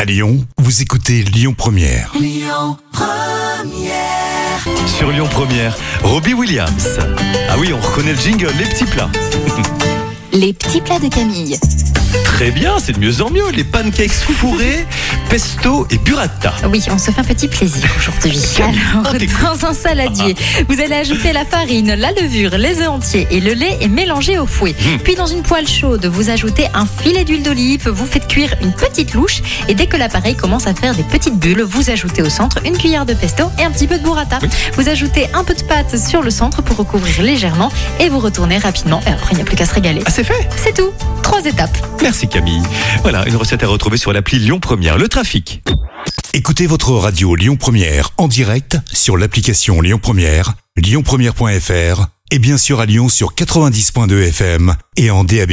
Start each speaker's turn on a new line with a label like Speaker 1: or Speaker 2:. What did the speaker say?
Speaker 1: À Lyon, vous écoutez Lyon Première.
Speaker 2: Sur Lyon Première, Robbie Williams. Ah oui, on reconnaît le jingle, les petits plats.
Speaker 3: Les petits plats de Camille.
Speaker 2: Très bien, c'est de mieux en mieux. Les pancakes fourrés, pesto et burrata.
Speaker 3: Oui, on se fait un petit plaisir aujourd'hui. Alors, dans un saladier, vous allez ajouter la farine, la levure, les œufs entiers et le lait et mélanger au fouet. Puis, dans une poêle chaude, vous ajoutez un filet d'huile d'olive, vous faites cuire une petite louche et dès que l'appareil commence à faire des petites bulles, vous ajoutez au centre une cuillère de pesto et un petit peu de burrata. Vous ajoutez un peu de pâte sur le centre pour recouvrir légèrement et vous retournez rapidement. Et après, il n'y a plus qu'à se régaler.
Speaker 2: Ah, c'est fait
Speaker 3: C'est tout. Trois étapes.
Speaker 2: Merci Camille. Voilà, une recette à retrouver sur l'appli Lyon Première. Le trafic.
Speaker 1: Écoutez votre radio Lyon Première en direct sur l'application Lyon Première, lyonpremière.fr et bien sûr à Lyon sur 90.2 FM et en DAB+.